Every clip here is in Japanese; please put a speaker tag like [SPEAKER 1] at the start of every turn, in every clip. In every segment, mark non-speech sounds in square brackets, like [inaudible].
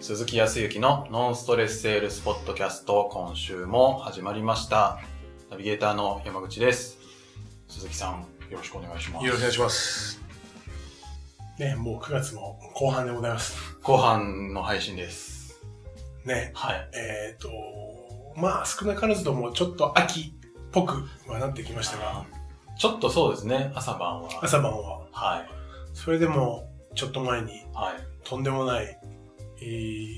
[SPEAKER 1] 鈴木康之のノンストレスセールスポッドキャスト今週も始まりましたナビゲーターの山口です鈴木さんよろしくお願いします
[SPEAKER 2] よろしくお願いします。ね、もう9月も後半でございます。
[SPEAKER 1] 後半の配信です
[SPEAKER 2] ね、
[SPEAKER 1] はい
[SPEAKER 2] えっ、と、まあ少なからずともちょっと秋っぽくはなってきましたが、
[SPEAKER 1] ちょっとそうですね朝晩は
[SPEAKER 2] 朝晩は。
[SPEAKER 1] はい
[SPEAKER 2] それでもちょっと前に
[SPEAKER 1] はい
[SPEAKER 2] とんでもない、えー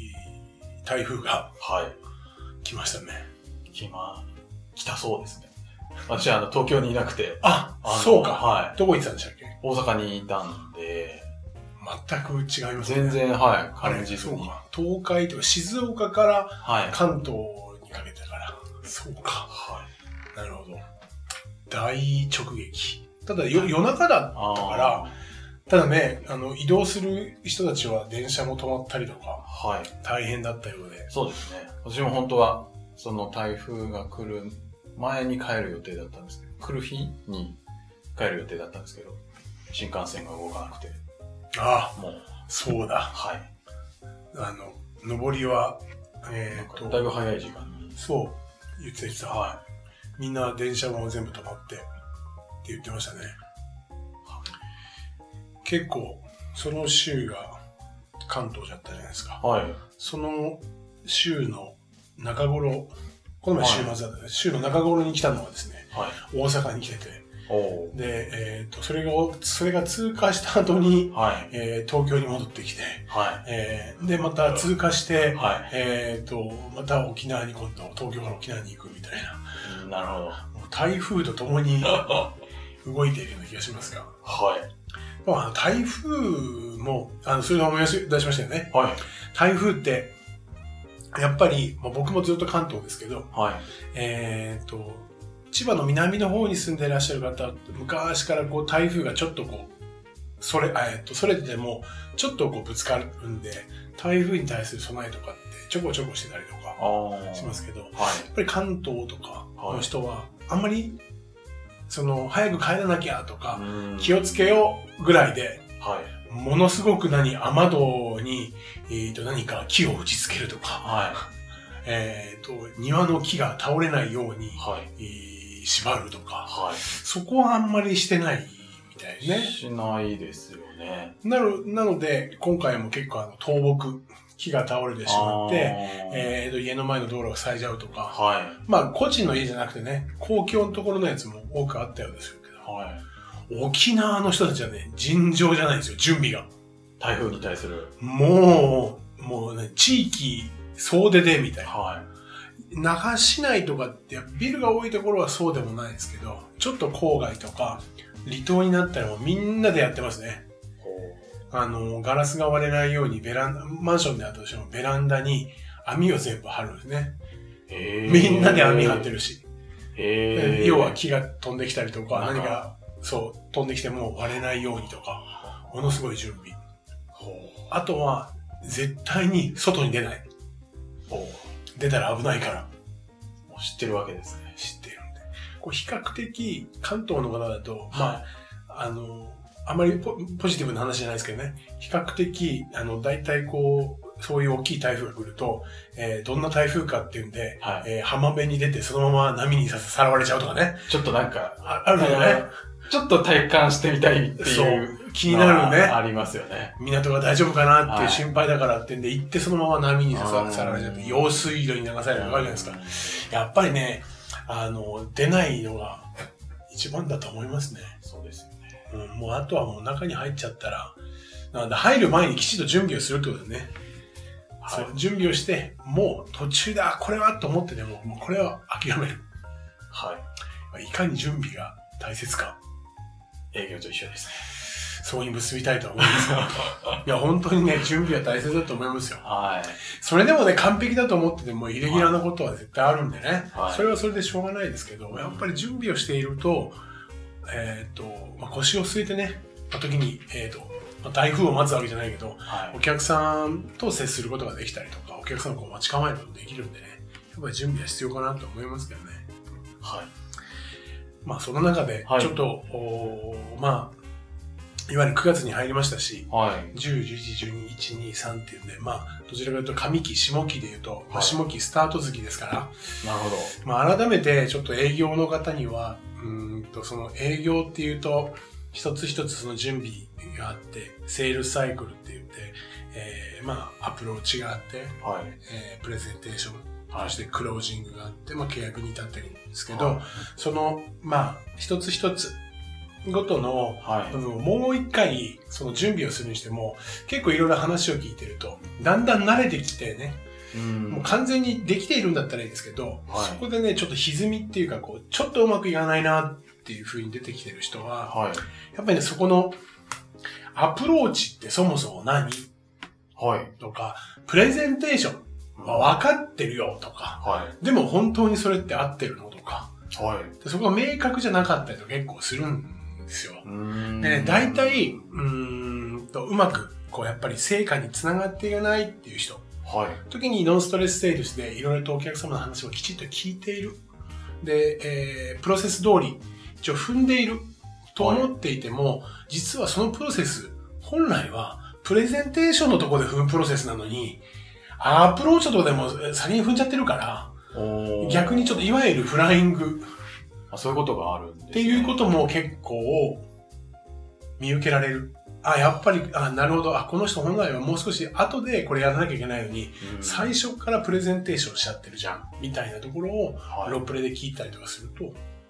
[SPEAKER 2] 台風が
[SPEAKER 1] はい
[SPEAKER 2] 来ましたね。
[SPEAKER 1] 今来たそうですね私あの東京にいなくて
[SPEAKER 2] あ
[SPEAKER 1] あの、
[SPEAKER 2] そうか。
[SPEAKER 1] はい
[SPEAKER 2] どこ行ってたんでしたっけ
[SPEAKER 1] 大阪にいたんで
[SPEAKER 2] 全く違いますね。
[SPEAKER 1] 全然はい
[SPEAKER 2] あれ
[SPEAKER 1] 感じず
[SPEAKER 2] そう
[SPEAKER 1] に
[SPEAKER 2] か。東海とか静岡から
[SPEAKER 1] はい
[SPEAKER 2] 関東にかけてから。そうか。
[SPEAKER 1] はい
[SPEAKER 2] なるほど。大直撃。ただよ夜中だ
[SPEAKER 1] あ
[SPEAKER 2] だか
[SPEAKER 1] ー
[SPEAKER 2] らただね、あの移動する人たちは電車も止まったりとか
[SPEAKER 1] はい
[SPEAKER 2] 大変だったようで。
[SPEAKER 1] そうですね。私も本当は、その台風が来る前に帰る予定だったんですけど、来る日に帰る予定だったんですけど、新幹線が動かなくて、
[SPEAKER 2] あ
[SPEAKER 1] もう、
[SPEAKER 2] あ、そうだ。
[SPEAKER 1] はい。
[SPEAKER 2] あの、上りは、
[SPEAKER 1] な
[SPEAKER 2] え
[SPEAKER 1] ん
[SPEAKER 2] ー
[SPEAKER 1] か
[SPEAKER 2] っ
[SPEAKER 1] だい
[SPEAKER 2] と、
[SPEAKER 1] ぶ早い時間に。
[SPEAKER 2] そう、言ってた言ってた。
[SPEAKER 1] は
[SPEAKER 2] みんな電車も全部止まってって言ってましたね。結構、その週が関東だったじゃないですか。
[SPEAKER 1] い。はい。
[SPEAKER 2] その週の中頃、この前週末だったね、週の中頃に来たのはですね、
[SPEAKER 1] はい。
[SPEAKER 2] 大阪に来てて、
[SPEAKER 1] お
[SPEAKER 2] で、えっ、と、それが、それが通過した後に、
[SPEAKER 1] ーはい。
[SPEAKER 2] えー東京に戻ってきて、
[SPEAKER 1] は
[SPEAKER 2] えーで、また通過して、
[SPEAKER 1] い。は
[SPEAKER 2] えっ、と、また沖縄に今度、東京から沖縄に行くみたいな、
[SPEAKER 1] い。なるほど。
[SPEAKER 2] もう台風とともに動いているような気がしますが、
[SPEAKER 1] はい。
[SPEAKER 2] まあ、あの台風も、あの、それで思い出し出しましたよね。
[SPEAKER 1] はい。
[SPEAKER 2] 台風って、やっぱり、まあ、僕もずっと関東ですけど、
[SPEAKER 1] はい。
[SPEAKER 2] えっ、と、千葉の南の方に住んでいらっしゃる方、昔からこう台風がちょっとこう、それ、えっ、と、それてても、ちょっとこうぶつかるんで、台風に対する備えとかってちょこちょこしてたりと
[SPEAKER 1] あ
[SPEAKER 2] か
[SPEAKER 1] ー
[SPEAKER 2] しますけど、や
[SPEAKER 1] はい。
[SPEAKER 2] っぱり関東とかの人は、あんまり、その、早く帰らなきゃとか、
[SPEAKER 1] うん
[SPEAKER 2] 気をつけようぐらいで、
[SPEAKER 1] はい。
[SPEAKER 2] ものすごく何、雨戸に、えー、と何か木を打ち付けるとか、
[SPEAKER 1] は
[SPEAKER 2] えー、と庭の木が倒れないように
[SPEAKER 1] い。、はい。
[SPEAKER 2] えー縛るとか、
[SPEAKER 1] は
[SPEAKER 2] そこはあんまりしてないみたい
[SPEAKER 1] い。
[SPEAKER 2] ね。
[SPEAKER 1] しないですよね。
[SPEAKER 2] なるなので、今回も結構あの倒木、木が倒れてしまって、
[SPEAKER 1] あー
[SPEAKER 2] えー、と家の前の道路が塞いじゃうとか、
[SPEAKER 1] は
[SPEAKER 2] まあ個人の家じゃなくてね、公共のところのやつも多くあったようですけ
[SPEAKER 1] い。はい。
[SPEAKER 2] ど、沖縄の人たちはね、尋常じゃないんですよ、準備が。
[SPEAKER 1] 台風に対する。
[SPEAKER 2] もう、もうね、地域総出でみたいな。
[SPEAKER 1] はい。
[SPEAKER 2] 那覇市内とかって、ビルが多いところはそうでもないですけど、ちょっと郊外とか、離島になったらもうみんなでやってますね。あの、ガラスが割れないようにベランダ、マンションであったとしてもベランダに網を全部張るんですね。
[SPEAKER 1] えー
[SPEAKER 2] みんなで網張ってるし。
[SPEAKER 1] えー
[SPEAKER 2] [laughs] 要は木が飛んできたりとか、
[SPEAKER 1] なんか
[SPEAKER 2] 何か、そう、飛んできても割れないようにとか、ものすごい準備。あとは、絶対に外に出ない。
[SPEAKER 1] おも
[SPEAKER 2] 出たら危ないから
[SPEAKER 1] う知ってるわけですね。
[SPEAKER 2] 知ってるんで。こう比較的関東の方だと、
[SPEAKER 1] は
[SPEAKER 2] まあ、あの、あまりポポジティブな話じゃないですけどね、比較的、あの、大体こう、そういう大きい台風が来ると、えーどんな台風かっていうんで、
[SPEAKER 1] はい。
[SPEAKER 2] えー浜辺に出てそのまま波にささらわれちゃうとかね、
[SPEAKER 1] ちょっとなんか、
[SPEAKER 2] ああるよね。
[SPEAKER 1] ちょっと体感してみたいって
[SPEAKER 2] そ
[SPEAKER 1] いう。
[SPEAKER 2] う、気になる
[SPEAKER 1] あ
[SPEAKER 2] ね。
[SPEAKER 1] ありますよね。
[SPEAKER 2] 港が大丈夫かなってい
[SPEAKER 1] は
[SPEAKER 2] う
[SPEAKER 1] い
[SPEAKER 2] 心配だからってんで、行ってそのまま波にさ
[SPEAKER 1] あー
[SPEAKER 2] ささらわれちゃって、用水路に流されるわけじゃないですか。やっぱりね、あの、出ないのが一番だと思いますね。
[SPEAKER 1] そうですよね。
[SPEAKER 2] うん、もうあとはもう中に入っちゃったら、なんで入る前にきちんと準備をするってことだね。
[SPEAKER 1] はい
[SPEAKER 2] そう準備をして、もう途中で、あ、これはと思ってでも、もうこれは諦める。
[SPEAKER 1] はい
[SPEAKER 2] かに準備が大切か、
[SPEAKER 1] い。営業と一緒ですね。
[SPEAKER 2] そうに結びたいとは思いますが。いや、本当にね、準備は大切だと思いますよ。
[SPEAKER 1] はい。
[SPEAKER 2] それでもね、完璧だと思ってても、イレギュラーなことは絶対あるんでね、
[SPEAKER 1] はい
[SPEAKER 2] それはそれでしょうがないですけど、やっぱり準備をしていると、えっ、と、まあ、腰を据えてね、まあ、時に、えっ、と、まあ、台風を待つわけじゃないけど、
[SPEAKER 1] はい
[SPEAKER 2] お。客さんと接することができたりとか、お客さんをこう待ち構えることができるんでね、やっぱり準備は必要かなと思いますけどね。
[SPEAKER 1] はい。
[SPEAKER 2] まあ、その中で
[SPEAKER 1] は、い
[SPEAKER 2] ちょっと、おーまあ、いわゆる9月に入りましたし、
[SPEAKER 1] はい。
[SPEAKER 2] 10、11、12、1、2、3っていうんで、まあ、どちらかというと上期、下期でいうと、まあ
[SPEAKER 1] はい
[SPEAKER 2] 下期スタート月ですから、
[SPEAKER 1] なるほど。
[SPEAKER 2] まあ、改めてちょっと営業の方にはうーんとその営業っていうと一つ一つその準備があってセールスサイクルって言って、えーまあアプローチがあって、
[SPEAKER 1] はい。
[SPEAKER 2] えープレゼンテーション
[SPEAKER 1] は
[SPEAKER 2] そしてクロージングがあって、まあ、契約に至ってるんですけど、
[SPEAKER 1] は
[SPEAKER 2] そのまあ一つ一つごとの
[SPEAKER 1] はい
[SPEAKER 2] 部。分をもう一回その準備をするにしても結構いろいろ話を聞いてるとだんだん慣れてきてね
[SPEAKER 1] うん
[SPEAKER 2] もう完全にできているんだったらいいですけど、
[SPEAKER 1] はい
[SPEAKER 2] そこでね、ちょっと歪みっていうか、こう、ちょっとうまくいかないなっていう風に出てきてる人は、
[SPEAKER 1] はい。
[SPEAKER 2] やっぱりね、そこの、アプローチってそもそも何
[SPEAKER 1] はい。
[SPEAKER 2] とか、プレゼンテーション
[SPEAKER 1] は
[SPEAKER 2] は分かってるよとか、
[SPEAKER 1] い。
[SPEAKER 2] でも本当にそれって合ってるのとか、
[SPEAKER 1] はい。
[SPEAKER 2] でそこが明確じゃなかったりと結構するんですよ。
[SPEAKER 1] うーん
[SPEAKER 2] でね、大体、うーんと、うまく、こう、やっぱり成果につながっていかないっていう人
[SPEAKER 1] はい。
[SPEAKER 2] 時にノンストレスセールスでいろいろとお客様の話をきちっと聞いている。で、えープロセス通り、一応踏んでいると思っていても、実はそのプロセス、本来はプレゼンテーションのところで踏むプロセスなのに、アプローチのとこでもえー先に踏んじゃってるから、
[SPEAKER 1] おー
[SPEAKER 2] 逆にちょっといわゆるフライング
[SPEAKER 1] あそういうことがあるんですね
[SPEAKER 2] っていうことも結構見受けられる。あ、やっぱり、あ、なるほど。あ、この人本来はもう少し後でこれやらなきゃいけないのに、
[SPEAKER 1] うん
[SPEAKER 2] 最初からプレゼンテーションしちゃってるじゃんみたいなところを
[SPEAKER 1] はい
[SPEAKER 2] ロープレで聞いたりとかすると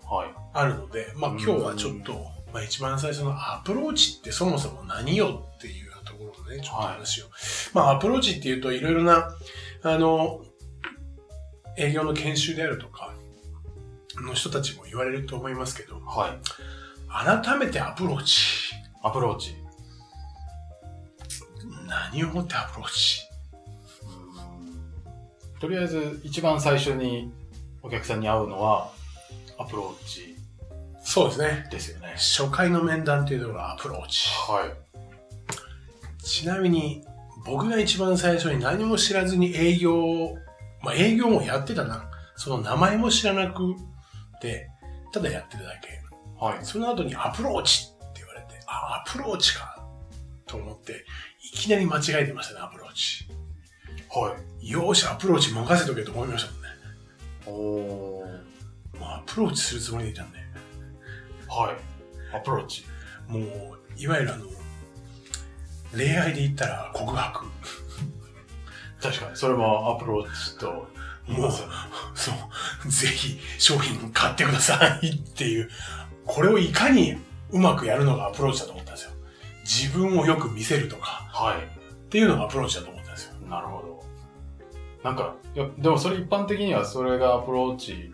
[SPEAKER 1] はい。
[SPEAKER 2] あるので、まあ、今日はちょっと、まあ、一番最初のアプローチってそもそも何よっていうようなところのねちょっと話を、まあアプローチっていうといろいろなあの営業の研修であるとかの人たちも言われると思いますけど
[SPEAKER 1] はい。
[SPEAKER 2] 改めてアプローチ
[SPEAKER 1] アプローチ。
[SPEAKER 2] 何をもってアプローチ
[SPEAKER 1] うんとりあえず、一番最初にお客さんに会うのは、アプローチ
[SPEAKER 2] そうですね
[SPEAKER 1] ですよね。
[SPEAKER 2] 初回の面談っていうところがアプローチ
[SPEAKER 1] はい。
[SPEAKER 2] ちなみに僕が一番最初に何も知らずに営業をまあ営業もやってたなその名前も知らなくてただやってただけ
[SPEAKER 1] はい。
[SPEAKER 2] その後にアプローチって言われてあアプローチかと思っていきなり間違えてましたねアプローチ
[SPEAKER 1] は
[SPEAKER 2] よーしアプローチ任せとけと思いましたもんね
[SPEAKER 1] い。おー
[SPEAKER 2] もうアプローチするつもりでいたんで
[SPEAKER 1] はい。アプローチ。
[SPEAKER 2] もういわゆるあの恋愛で言ったら告白
[SPEAKER 1] 確かに、それもアプローチと言いますよね。
[SPEAKER 2] そう、 [laughs] ぜひ商品買ってくださいっていう、これをいかにうまくやるのがアプローチだと思ったんですよ。自分をよく見せるとか
[SPEAKER 1] はい。
[SPEAKER 2] っていうのがアプローチだと思ったんですよ。
[SPEAKER 1] なるほど。なんか、いやでもそれ一般的にはそれがアプローチ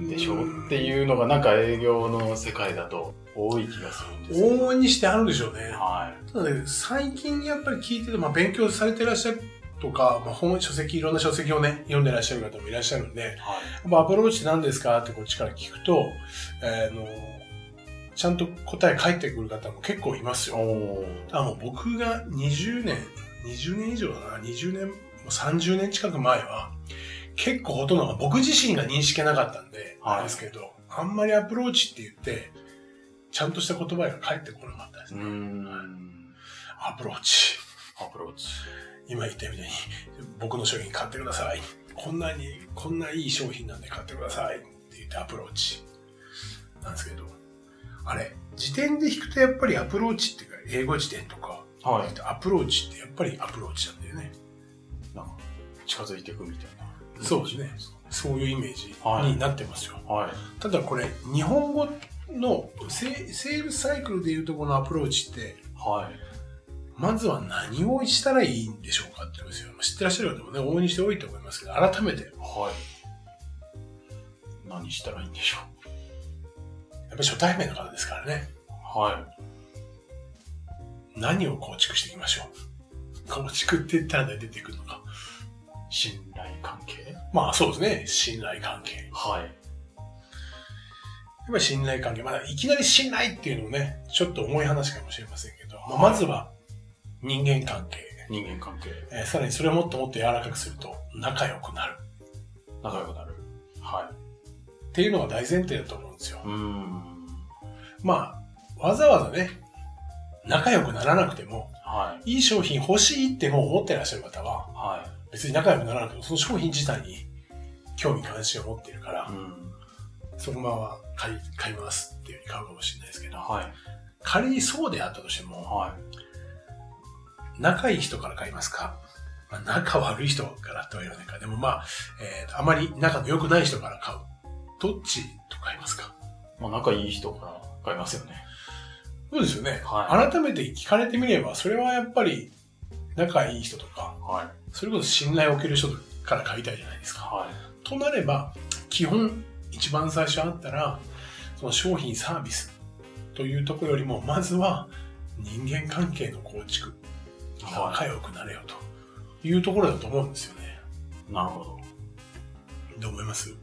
[SPEAKER 1] でしょうって
[SPEAKER 2] う
[SPEAKER 1] いうのがなんか営業の世界だと多い気がするんですけ
[SPEAKER 2] ん。往
[SPEAKER 1] ど。
[SPEAKER 2] 々にしてあるでしょうね。
[SPEAKER 1] は
[SPEAKER 2] ただね、最近やっぱり聞いてて、まあ、勉強されてらっしゃるとか、まあ、本、書籍、いろんな書籍をね、読んでらっしゃる方もいらっしゃるんで
[SPEAKER 1] い。、はい。
[SPEAKER 2] まあアプローチって何ですかってこっちから聞くと、えーあの、ちゃんと答え返ってくる方も結構いますよ。
[SPEAKER 1] おー
[SPEAKER 2] あもう僕が20年20年以上だな20年もう30年近く前は結構ほとんどが僕自身が認識なかったんで、
[SPEAKER 1] はい
[SPEAKER 2] あれですけどあんまりアプローチって言ってちゃんとした言葉が返ってこなかったです
[SPEAKER 1] うーん。
[SPEAKER 2] ね、アプローチ
[SPEAKER 1] アプローチ。
[SPEAKER 2] 今言ったみたいに僕の商品買ってくださいこんなにこんないい商品なんで買ってくださいって言ってアプローチなんですけどあれ辞典で引くとやっぱりアプローチっていうか英語辞典とか
[SPEAKER 1] はい。
[SPEAKER 2] アプローチってやっぱりアプローチなんだよね。
[SPEAKER 1] なんか近づいていくみたいな。
[SPEAKER 2] そうですねそういうイメージ
[SPEAKER 1] はい
[SPEAKER 2] になってますよ。
[SPEAKER 1] はい。
[SPEAKER 2] ただこれ、日本語のセセールスサイクルでいうとこのアプローチって、
[SPEAKER 1] はい。
[SPEAKER 2] まずは何をしたらいいんでしょうかってことですよ。知ってらっしゃる方もね、応援して多いと思いますけど、改めて、やっ
[SPEAKER 1] はい。何したらいいんでしょ
[SPEAKER 2] ぱり初対面の方ですからね、
[SPEAKER 1] う。はい。
[SPEAKER 2] 何を構築していきましょう。構築って言ったら何出てくるのか。
[SPEAKER 1] 信頼関係
[SPEAKER 2] まあそうですね、信頼関係。
[SPEAKER 1] はい。
[SPEAKER 2] やっぱり信頼関係、まだいきなり信頼っていうのもね、ちょっと重い話かもしれませんけど、まあまずは人間関係、
[SPEAKER 1] 人間関係。
[SPEAKER 2] えーさらにそれをもっともっと柔らかくすると仲良くなる
[SPEAKER 1] 仲良くなる。は
[SPEAKER 2] っていうのが大前提だと思うんですよ
[SPEAKER 1] い。。うーん。
[SPEAKER 2] まあ、わざわざね、仲良くならなくても、
[SPEAKER 1] はい。
[SPEAKER 2] いい商品欲しいってもう思ってらっしゃる方は、
[SPEAKER 1] は
[SPEAKER 2] 別に仲良くならなくても、その商品自体に興味関心を持っているから、
[SPEAKER 1] い。うん。
[SPEAKER 2] そのまま買い、買いますっていうふうに買うかもしれないですけど、
[SPEAKER 1] はい。
[SPEAKER 2] 仮にそうであったとしても、
[SPEAKER 1] は
[SPEAKER 2] 仲いい人から買いますか、まあ、仲悪い人からとは言わないか。でもまあ、えーとあまり仲の良くない人から買う。どっちと買いますか
[SPEAKER 1] い。まあ、仲いい人から買いますよね。
[SPEAKER 2] そうですよね。
[SPEAKER 1] は
[SPEAKER 2] 改めて聞かれてみれば、それはやっぱり仲いい人とか、
[SPEAKER 1] い。はい。
[SPEAKER 2] それこそ信頼を受ける人から買いたいじゃないですか。
[SPEAKER 1] はい。
[SPEAKER 2] となれば、基本、一番最初あったら、その商品サービスというところよりも、まずは人間関係の構築、仲良くなれよというところだと思うんですよね。
[SPEAKER 1] い。なるほど。
[SPEAKER 2] どう思います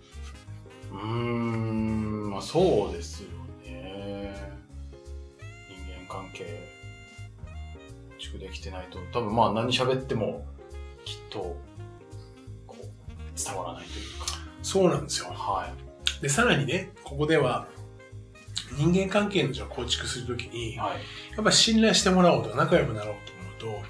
[SPEAKER 1] うーん、まあ、そうですよね。人間関係、構築できてないと、多分まあ何喋っても、きっと、こう、伝わらないという
[SPEAKER 2] そうなんですよ
[SPEAKER 1] か。。は
[SPEAKER 2] で、さらにね、ここでは、人間関係のじゃあ構築するとき
[SPEAKER 1] い。
[SPEAKER 2] に、やっ
[SPEAKER 1] はい。
[SPEAKER 2] ぱり信頼してもらおうと、仲良くなろうと思う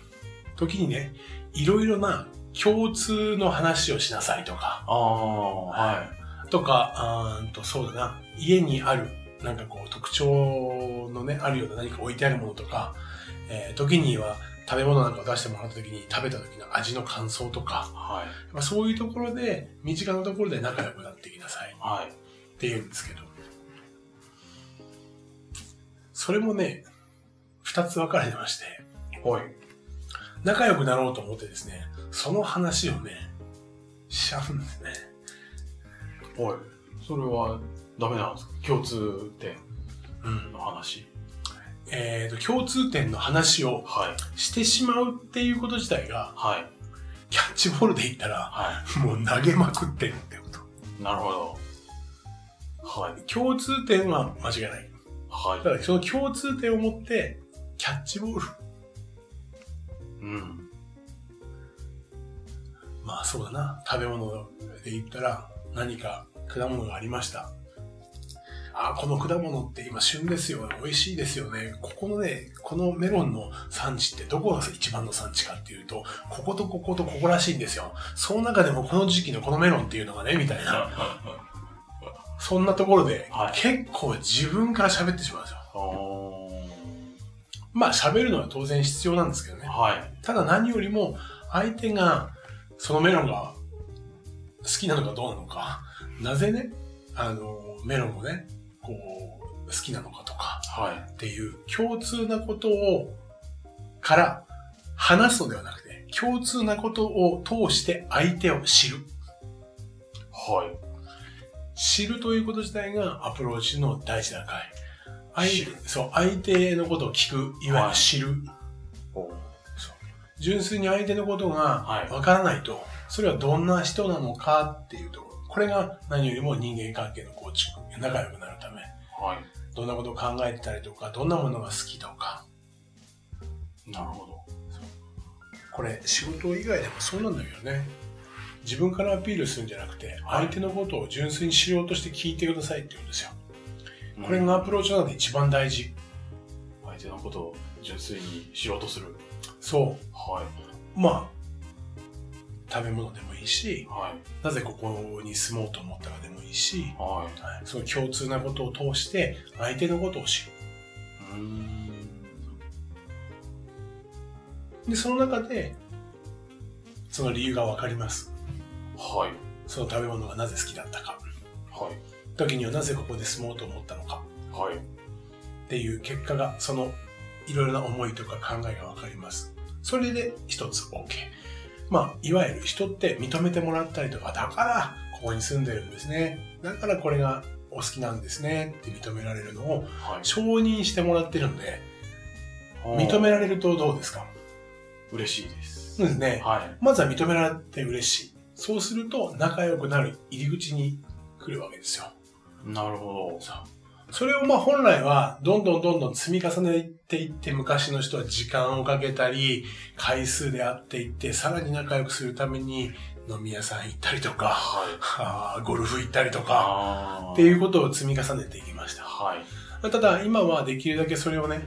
[SPEAKER 2] と、時にね、いろいろな共通の話をしなさいとか、
[SPEAKER 1] ああ、はい。
[SPEAKER 2] とか、あーんと、そうだな、家にある、なんかこう、特徴のね、あるような何か置いてあるものとか、えー時には食べ物なんかを出してもらった時に食べた時の味の感想とか、
[SPEAKER 1] はい。
[SPEAKER 2] やっぱそういうところで、身近なところで仲良くなってきなさい
[SPEAKER 1] はい。
[SPEAKER 2] って言うんですけど、それもね、二つ分かれてまして、
[SPEAKER 1] はい。
[SPEAKER 2] 仲良くなろうと思ってですね、その話をね、しちゃうんですね。
[SPEAKER 1] はい。それは、ダメなんですか共通点
[SPEAKER 2] うん。
[SPEAKER 1] の話。
[SPEAKER 2] えっ、と、共通点の話を
[SPEAKER 1] はい。
[SPEAKER 2] してしまうっていうこと自体が、
[SPEAKER 1] はい。
[SPEAKER 2] キャッチボールで言ったら、
[SPEAKER 1] は
[SPEAKER 2] もう投げまくってるってこと。
[SPEAKER 1] い。なるほど。はい。
[SPEAKER 2] 共通点は間違いない。
[SPEAKER 1] はい。
[SPEAKER 2] ただ、その共通点を持って、キャッチボール。
[SPEAKER 1] うん。
[SPEAKER 2] まあそうだな。食べ物で言ったら、何か果物がありました。あーこの果物って今旬ですよ。美味しいですよね。ここのね、このメロンの産地ってどこが一番の産地かっていうと、こことこことここらしいんですよ。その中でもこの時期のこのメロンっていうのがね、みたい
[SPEAKER 1] [laughs]
[SPEAKER 2] な。そんなところで
[SPEAKER 1] はい、
[SPEAKER 2] 結構自分から喋ってしまうんですよ。
[SPEAKER 1] おー
[SPEAKER 2] まあ喋るのは当然必要なんですけどね。
[SPEAKER 1] はい。
[SPEAKER 2] ただ何よりも相手がそのメロンが好きなのかどうなのか、なぜね、あの、メロンをね、こう、好きなのかとか
[SPEAKER 1] はい。
[SPEAKER 2] っていう共通なことを、から話すのではなくて、共通なことを通して相手を知る。
[SPEAKER 1] はい。
[SPEAKER 2] 知るということ自体がアプローチの第一段階。
[SPEAKER 1] 知
[SPEAKER 2] 相
[SPEAKER 1] る
[SPEAKER 2] そう相手のことを聞く、いわゆる知る純粋に相手のこと
[SPEAKER 1] は
[SPEAKER 2] が
[SPEAKER 1] い
[SPEAKER 2] わからないと、それはどんな人なのかっていうところ。これが何よりも人間関係の構築、仲良くなるため。
[SPEAKER 1] はい。
[SPEAKER 2] どんなことを考えてたりとか、どんなものが好きとか。
[SPEAKER 1] なるほど。
[SPEAKER 2] これ、仕事以外でもそうなんだけどね。自分からアピールするんじゃなくて、
[SPEAKER 1] はい
[SPEAKER 2] 相手のことを純粋に知ろうとして聞いてくださいって言うんですよ。これがアプローチなので一番大事。
[SPEAKER 1] 相手のことを純粋に知ろうとする。
[SPEAKER 2] そ
[SPEAKER 1] は
[SPEAKER 2] う。まあ、食べ物でもいい
[SPEAKER 1] い。
[SPEAKER 2] し、
[SPEAKER 1] はい。
[SPEAKER 2] なぜここに住もうと思ったかでもいいし、
[SPEAKER 1] は
[SPEAKER 2] はいその共通なことを通して相手のことを知る
[SPEAKER 1] い。うーん。
[SPEAKER 2] でその中でその理由が分かります
[SPEAKER 1] はい。
[SPEAKER 2] その食べ物がなぜ好きだったか
[SPEAKER 1] はい。
[SPEAKER 2] 時にはなぜここで住もうと思ったのか
[SPEAKER 1] はい。
[SPEAKER 2] っていう結果がそのいろいろな思いとか考えが分かりますそれで一つ OK まあいわゆる人って認めてもらったりとかだからここに住んでるんですねだからこれがお好きなんですねって認められるのを
[SPEAKER 1] はい。
[SPEAKER 2] 承認してもらってるんで認められるとどうですか
[SPEAKER 1] 嬉しいです。
[SPEAKER 2] そうですね
[SPEAKER 1] はい。
[SPEAKER 2] まずは認められて嬉しい。そうすると仲良くなる入り口に来るわけですよ。
[SPEAKER 1] なるほ
[SPEAKER 2] それをまあ本来はどんどんどんどん積み重ねていって昔の人は時間をかけたり回数で会っていってさらに仲良くするために飲み屋さん行ったりと
[SPEAKER 1] ど。
[SPEAKER 2] か、 [laughs]
[SPEAKER 1] はい。
[SPEAKER 2] あーゴルフ行ったりとか
[SPEAKER 1] あー
[SPEAKER 2] っていうことを積み重ねていきました。
[SPEAKER 1] はい。
[SPEAKER 2] ただ今はできるだけそれをね、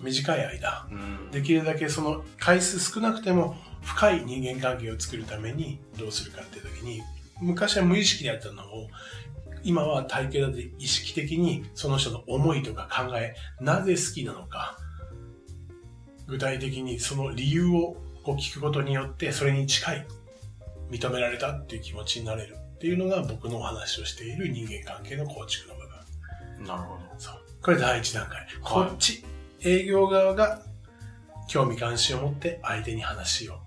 [SPEAKER 2] 短い間
[SPEAKER 1] うん
[SPEAKER 2] できるだけその回数少なくても深い人間関係を作るためにどうするかっていう時に昔は無意識でやったのを今は体系だって意識的にその人の思いとか考えなぜ好きなのか具体的にその理由をこう聞くことによってそれに近い認められたっていう気持ちになれるっていうのが僕のお話をしている人間関係の構築の部分
[SPEAKER 1] なるほど。
[SPEAKER 2] そう。これ第一段階。こっち、営業側が興味関心を持って相手に話を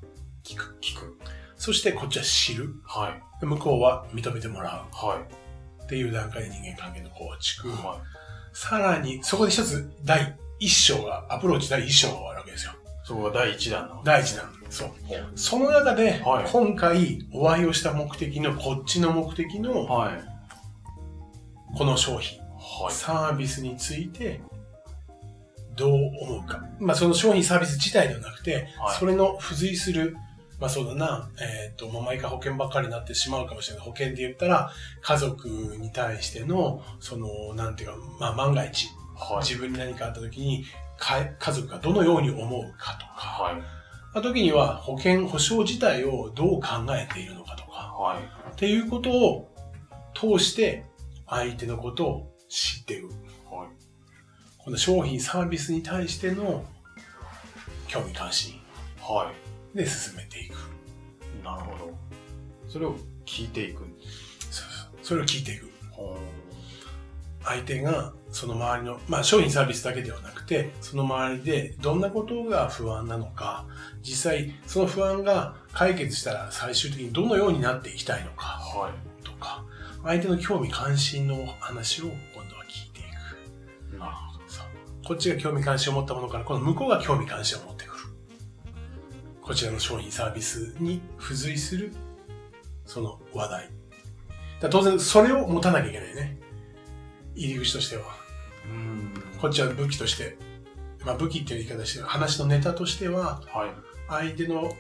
[SPEAKER 2] 聞く。
[SPEAKER 1] 聞く。
[SPEAKER 2] そしてこっちは知る。
[SPEAKER 1] はい。
[SPEAKER 2] で向こうは認めてもら
[SPEAKER 1] は
[SPEAKER 2] うっていう段階で人間関係の構築。
[SPEAKER 1] い。は
[SPEAKER 2] さらに、そこで一つ第一章が、アプローチ第一章が終わるわけですよ。
[SPEAKER 1] い。そこが第一弾なの。
[SPEAKER 2] 第一弾。そう。その中で、
[SPEAKER 1] はい
[SPEAKER 2] 今回お会いをした目的の、こっちの目的の、
[SPEAKER 1] はい。はい。
[SPEAKER 2] この商品。サービスについてどう思うか。まあ、その商品サービス自体ではなくて、
[SPEAKER 1] はい
[SPEAKER 2] それの付随する、まあそうだな、えっ、と、まあ毎回保険ばっかりになってしまうかもしれない。保険で言ったら、家族に対しての、その、なんていうか、まあ万が一、
[SPEAKER 1] はい。
[SPEAKER 2] 自分に何かあった時に、か家族がどのように思うかとか、
[SPEAKER 1] はい。
[SPEAKER 2] まあ時には保険、保証自体をどう考えているのかとか、
[SPEAKER 1] はい。
[SPEAKER 2] っていうことを通して、相手のことを知っていく。
[SPEAKER 1] はい。
[SPEAKER 2] この商品サービスに対しての興味関心
[SPEAKER 1] は
[SPEAKER 2] で進めていく
[SPEAKER 1] い。なるほど。それを聞いていく。
[SPEAKER 2] それを聞いていく
[SPEAKER 1] ほ
[SPEAKER 2] 相手がその周りの、まあ、商品サービスだけではなくてその周りでどんなことが不安なのか実際その不安が解決したら最終的にどのようになっていきたいの
[SPEAKER 1] ー
[SPEAKER 2] か
[SPEAKER 1] は
[SPEAKER 2] とか相手の興味関心の話を今度は聞いていく
[SPEAKER 1] い。なるほ
[SPEAKER 2] そうこっちが興味関心を持ったものからこの向こうが興味関心を持ってくるこちらの商品サービスに付随するその話題だから当然それを持たなきゃいけないね入り口としては
[SPEAKER 1] ど。うん。
[SPEAKER 2] こっちは武器として、まあ、武器っていう言い方してる話のネタとしては
[SPEAKER 1] はい。
[SPEAKER 2] 相手の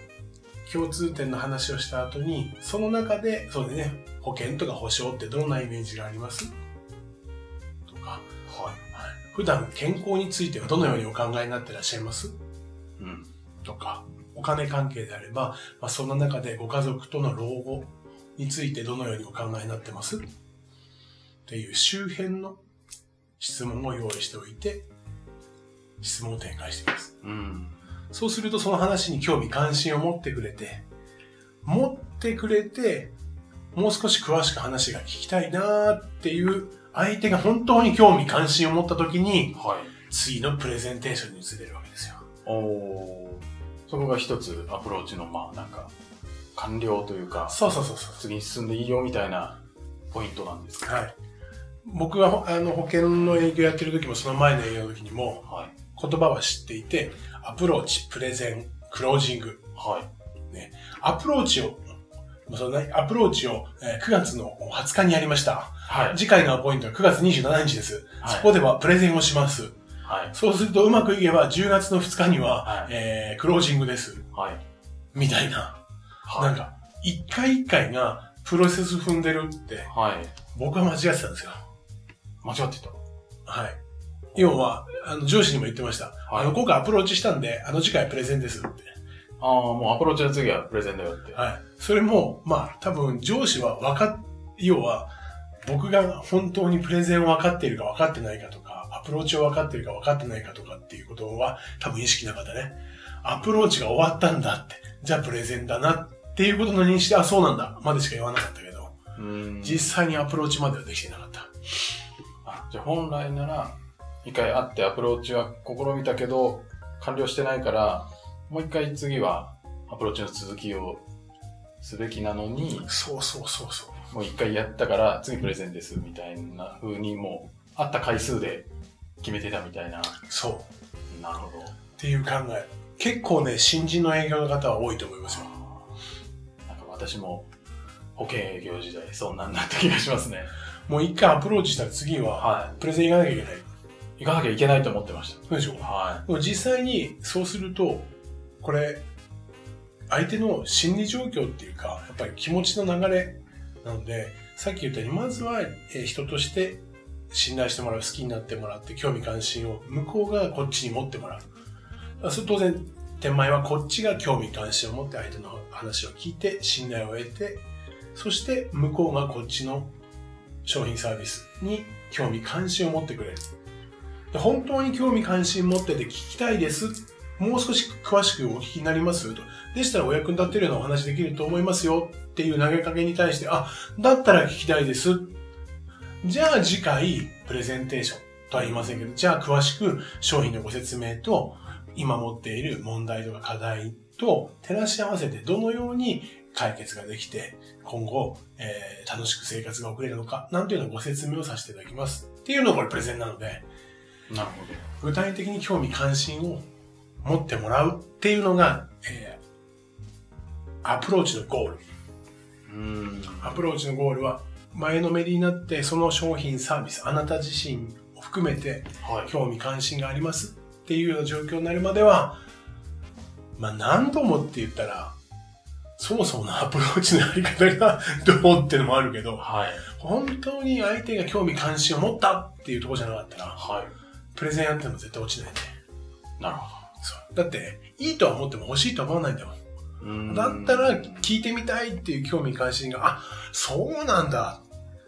[SPEAKER 2] 共通点の話をした後にその中でそうでね保険とか保証ってどんなイメージがありますとか
[SPEAKER 1] は
[SPEAKER 2] 普段健康についてはどのようにお考えになってらっしゃいます
[SPEAKER 1] い。うん。
[SPEAKER 2] とかお金関係であれば、まあ、そんな中でご家族との老後についてどのようにお考えになってますっていう周辺の質問を用意しておいて質問を展開しています
[SPEAKER 1] うん。
[SPEAKER 2] そうするとその話に興味関心を持ってくれて持ってくれてもう少し詳しく話が聞きたいなーっていう相手が本当に興味関心を持った時に
[SPEAKER 1] はい。
[SPEAKER 2] 次のプレゼンテーションに移れるわけですよ
[SPEAKER 1] おお。そこが一つアプローチの、まあ、なんか、完了というか、
[SPEAKER 2] そうそうそうそう
[SPEAKER 1] 次に進んでいいよみたいなポイントなんですか。
[SPEAKER 2] はい。僕はほあの保険の営業やってる時もその前の営業の時にも
[SPEAKER 1] はい。
[SPEAKER 2] 言葉は知っていてアプローチ、プレゼン、クロージング。
[SPEAKER 1] はい。
[SPEAKER 2] アプローチを、まあそのね、アプローチをえー9月の20日にやりました。
[SPEAKER 1] はい。
[SPEAKER 2] 次回のアポイントは9月27日です。
[SPEAKER 1] はい
[SPEAKER 2] そこではプレゼンをします。
[SPEAKER 1] はい。
[SPEAKER 2] そうするとうまくいけば10月の2日には、
[SPEAKER 1] はい
[SPEAKER 2] えークロージングです。
[SPEAKER 1] はい。
[SPEAKER 2] みたいな。
[SPEAKER 1] はい。
[SPEAKER 2] なんか、一回一回がプロセス踏んでるって
[SPEAKER 1] はい。
[SPEAKER 2] 僕は間違ってたんですよ。
[SPEAKER 1] 間違ってた。
[SPEAKER 2] はい。要は、あの、上司にも言ってました。
[SPEAKER 1] はい
[SPEAKER 2] あの、今回アプローチしたんで、あの次回プレゼンですって。
[SPEAKER 1] ああ、もうアプローチの次はプレゼンだよって。
[SPEAKER 2] はい。それも、まあ、多分上司は分かっ、要は、僕が本当にプレゼンを分かっているか分かってないかとか、アプローチを分かっているか分かってないかとかっていうことは、多分意識なかったね。アプローチが終わったんだって、じゃあプレゼンだなっていうことの認識で、あ、そうなんだ、までしか言わなかったけど、
[SPEAKER 1] うーん。
[SPEAKER 2] 実際にアプローチまではできてなかった。
[SPEAKER 1] あじゃあ本来なら、一回会ってアプローチは試みたけど、完了してないから、もう一回次はアプローチの続きをすべきなのに、
[SPEAKER 2] そうそうそうそう。
[SPEAKER 1] もう一回やったから、次プレゼンです、みたいな風に、もう、会った回数で決めてたみたいな。
[SPEAKER 2] そう。
[SPEAKER 1] なるほど。
[SPEAKER 2] っていう考え結構ね新人の営業の方は多いと思いますよ
[SPEAKER 1] なんか私も、保険営業時代、そんなんなった気がしますね。
[SPEAKER 2] もう一回アプローチしたら次は
[SPEAKER 1] は
[SPEAKER 2] プレゼン行かなきゃいけない
[SPEAKER 1] い。行かなきゃいけないと思ってまし
[SPEAKER 2] そうでしょ
[SPEAKER 1] た。は
[SPEAKER 2] でも実際にそうするとこれ相手の心理状況っていうかやっぱり気持ちの流れなのでさっき言ったようにまずはえー人として信頼してもらう、好きになってもらって、興味関心を向こうがこっちに持ってもらう。だからそれ当然、手前はこっちが興味関心を持って相手の話を聞いて、信頼を得て、そして向こうがこっちの商品サービスに興味関心を持ってくれる。で本当に興味関心持ってて聞きたいです。もう少し詳しくお聞きになりますと。でしたらお役に立てるようなお話できると思いますよっていう投げかけに対して、あ、だったら聞きたいです。じゃあ次回、プレゼンテーションとは言いませんけど、じゃあ詳しく商品のご説明と、今持っている問題とか課題と照らし合わせてどのように解決ができて、今後、えー楽しく生活が送れるのか、なんていうのをご説明をさせていただきます。っていうのがこれプレゼンなので、
[SPEAKER 1] なる
[SPEAKER 2] 具体的に興味関心を持ってもらうっていうのが、えーアプローチのゴ
[SPEAKER 1] ほ
[SPEAKER 2] ール。
[SPEAKER 1] ど。うん。
[SPEAKER 2] アプローチのゴールは、前のめりになって、その商品サービス、あなた自身を含めて、
[SPEAKER 1] はい。
[SPEAKER 2] 興味関心がありますっていうような状況になるまでは、まあ何度もって言ったら、そもそものアプローチのやり方が [laughs] どうってのもあるけど、
[SPEAKER 1] はい。
[SPEAKER 2] 本当に相手が興味関心を持ったっていうところじゃなかったら、
[SPEAKER 1] は
[SPEAKER 2] プレゼンやっても絶対落ちないね。
[SPEAKER 1] い。なるほ
[SPEAKER 2] そう。だって、いいとは思っても欲しいとは思わないんだよ。
[SPEAKER 1] ど。うん
[SPEAKER 2] だったら聞いてみたいっていう興味関心が、あ、そうなんだ。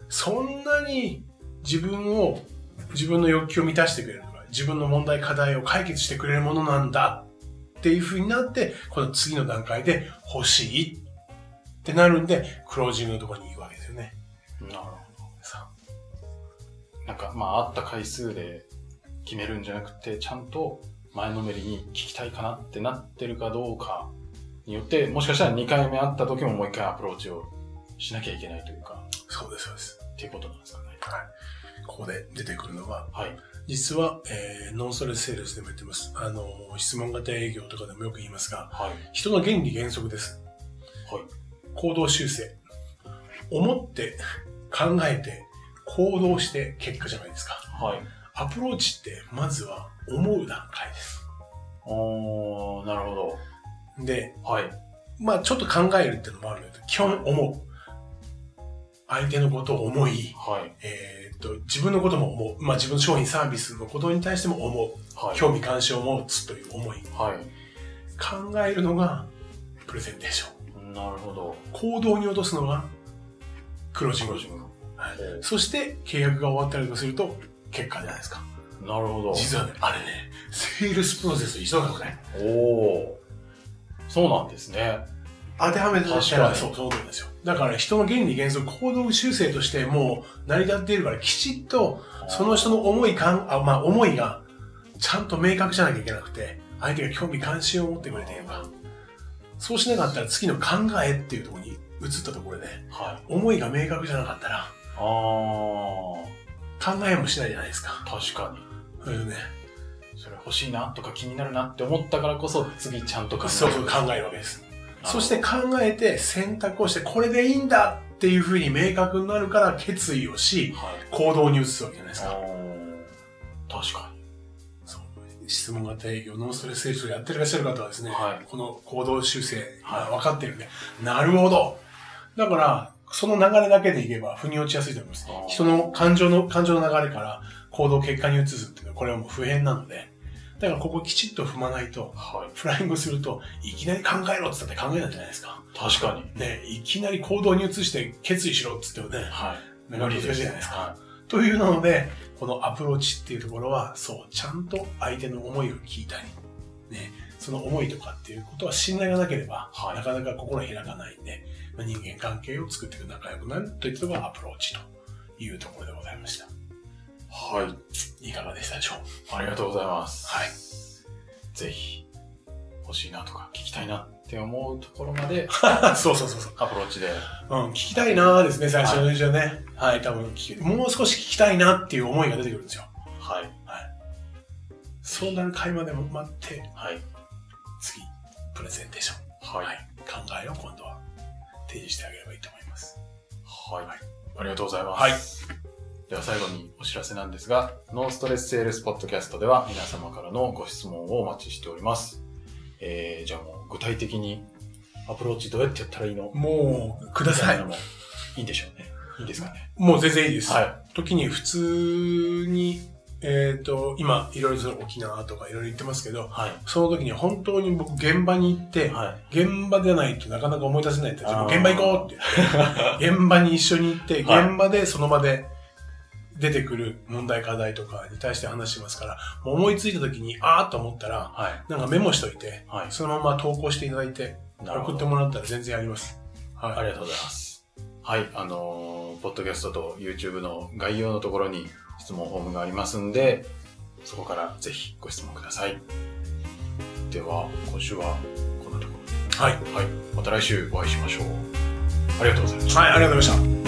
[SPEAKER 2] そんなに自分を、自分の欲求を満たしてくれるとか、自分の問題課題を解決してくれるものなんだっていう風になって、この次の段階で欲しいってなるんで、クロージングのところに行くわけですよね。
[SPEAKER 1] なるほ
[SPEAKER 2] さあ
[SPEAKER 1] ど。なんか、まあ、会った回数で決めるんじゃなくて、ちゃんと前のめりに聞きたいかなってなってるかどうかによって、もしかしたら2回目会った時ももう1回アプローチをしなきゃいけないというか、
[SPEAKER 2] そうです、そうです。
[SPEAKER 1] っていうことなんですかね。
[SPEAKER 2] はい。ここで出てくるのが、
[SPEAKER 1] はい。
[SPEAKER 2] 実は、えーノンストレスセールスでも言ってます。あの、質問型営業とかでもよく言いますが、
[SPEAKER 1] はい。
[SPEAKER 2] 人の原理原則です。
[SPEAKER 1] はい。
[SPEAKER 2] 行動修正。思って、考えて、行動して結果じゃないですか。
[SPEAKER 1] はい。
[SPEAKER 2] アプローチって、まずは思う段階です。
[SPEAKER 1] おー、なるほど。
[SPEAKER 2] で、
[SPEAKER 1] はい。
[SPEAKER 2] まあちょっと考えるっていうのもあるんだけど、基本思う。相手のことを思い、
[SPEAKER 1] はい。
[SPEAKER 2] えーっと、自分のことも思う。まあ自分の商品サービスのことに対しても思う。
[SPEAKER 1] はい。
[SPEAKER 2] 興味関心を持つという思い。
[SPEAKER 1] はい。
[SPEAKER 2] 考えるのが、プレゼンテーション。
[SPEAKER 1] なるほど。
[SPEAKER 2] 行動に落とすのが、クロージング。
[SPEAKER 1] ムの。
[SPEAKER 2] はい
[SPEAKER 1] おー
[SPEAKER 2] そして契約が終わったりとかすると結果じゃないですか。
[SPEAKER 1] なるほど。
[SPEAKER 2] 実はね、あれね、セールスプロセス急がなくない
[SPEAKER 1] おおー。そうなんですね。
[SPEAKER 2] 当てはめたら
[SPEAKER 1] 確かに
[SPEAKER 2] そう、そうなんですよ。だから人の原理原則、行動修正としてもう成り立っているから、きちっとその人の思い感、あまあ思いがちゃんと明確じゃなきゃいけなくて、相手が興味関心を持ってくれているか。そうしなかったら次の考えっていうところに移ったところで、
[SPEAKER 1] はい。
[SPEAKER 2] 思いが明確じゃなかったら
[SPEAKER 1] あ
[SPEAKER 2] 考えもしないじゃないですか。
[SPEAKER 1] あ、確かに。
[SPEAKER 2] そういうね。
[SPEAKER 1] それ欲しいなとか気になるなって思ったからこそ、次ちゃんと考える。
[SPEAKER 2] そうそう考えるわけです。そして考えて選択をしてこれでいいんだっていうふうに明確になるから決意をし
[SPEAKER 1] はい。
[SPEAKER 2] 行動に移すわけじゃないです
[SPEAKER 1] あ
[SPEAKER 2] か。
[SPEAKER 1] ー確かに。
[SPEAKER 2] 質問型営業、ノンストレスセールスをやってらっしゃる方はですね、
[SPEAKER 1] はい
[SPEAKER 2] この行動修正、
[SPEAKER 1] はい
[SPEAKER 2] 分かってるんで、なるほど。だから、その流れだけでいけば腑に落ちやすいと思います
[SPEAKER 1] あー。
[SPEAKER 2] 人の感情の、感情の流れから行動を結果に移すっていうのはこれはもう不変なので、だからここきちっと踏まないと、
[SPEAKER 1] はい。
[SPEAKER 2] フライングすると、いきなり考えろって言ったって考えないじゃないですか。
[SPEAKER 1] 確かに。
[SPEAKER 2] ね、いきなり行動に移して決意しろっつってもね、
[SPEAKER 1] はい。
[SPEAKER 2] 無理じゃないですか
[SPEAKER 1] は
[SPEAKER 2] というので、このアプローチっていうところは、そう、ちゃんと相手の思いを聞いたり、ね、その思いとかっていうことは信頼がなければ、
[SPEAKER 1] はい
[SPEAKER 2] なかなか心開かないんで、まあ人間関係を作っていく仲良くなるといったのがアプローチというところでございました。
[SPEAKER 1] い。はい。
[SPEAKER 2] いかがでしたでしょう
[SPEAKER 1] ありがとうございます。
[SPEAKER 2] はい。
[SPEAKER 1] ぜひ、欲しいなとか聞きたいなって思うところまで、
[SPEAKER 2] か [laughs] そうそうそうそう。
[SPEAKER 1] アプローチで。
[SPEAKER 2] うん、聞きたいなーですね、最初の練習はね。はい、多分聞けもう少し聞きたいなっていう思いが出てくるんですよ。
[SPEAKER 1] はい。
[SPEAKER 2] その段階まで待って、
[SPEAKER 1] はい。
[SPEAKER 2] 次、プレゼンテーション。
[SPEAKER 1] はい。
[SPEAKER 2] はい、考えを今度は提示してあげればいいと思います。
[SPEAKER 1] はい。ありがとうございます。
[SPEAKER 2] はい
[SPEAKER 1] では最後にお知らせなんですが、ノンストレスセールスポッドキャストでは皆様からのご質問をお待ちしております。えー、じゃあもう具体的にアプローチどうやってやったらいいの
[SPEAKER 2] もう、くだ
[SPEAKER 1] みた
[SPEAKER 2] さ。
[SPEAKER 1] いないのもいいんでしょうね。いいですかね。
[SPEAKER 2] もう全然いいです。
[SPEAKER 1] は
[SPEAKER 2] 時に普通に、えっ、と、今、いろいろその沖縄とかいろいろ言ってますけ
[SPEAKER 1] い。
[SPEAKER 2] ど、その時に本当に僕現場に行って、
[SPEAKER 1] はい。
[SPEAKER 2] 現場じゃないとなかなか思い出せないって言った
[SPEAKER 1] あ
[SPEAKER 2] ら
[SPEAKER 1] ー
[SPEAKER 2] 現場行こう
[SPEAKER 1] [laughs]
[SPEAKER 2] って。現場に一緒に行って、
[SPEAKER 1] はい
[SPEAKER 2] 現場でその場で出てくる問題課題とかに対して話しますから、もう思いついた時に、あーっと思ったら、
[SPEAKER 1] はい。
[SPEAKER 2] なんかメモしといて、
[SPEAKER 1] は
[SPEAKER 2] そのまま投稿していただいて、
[SPEAKER 1] い。なるほ
[SPEAKER 2] 送っ
[SPEAKER 1] ど
[SPEAKER 2] て。もらったら全然やります。はい。
[SPEAKER 1] ありがとうございます。はい、あのーポッドキャストと YouTube の概要のところに質問フォームがありますんで、そこからぜひご質問ください。では、今週はこんなところ
[SPEAKER 2] はい。
[SPEAKER 1] で。はい、また来週お会いしましょう。ありがとうございました。
[SPEAKER 2] はい、ありがとうございました。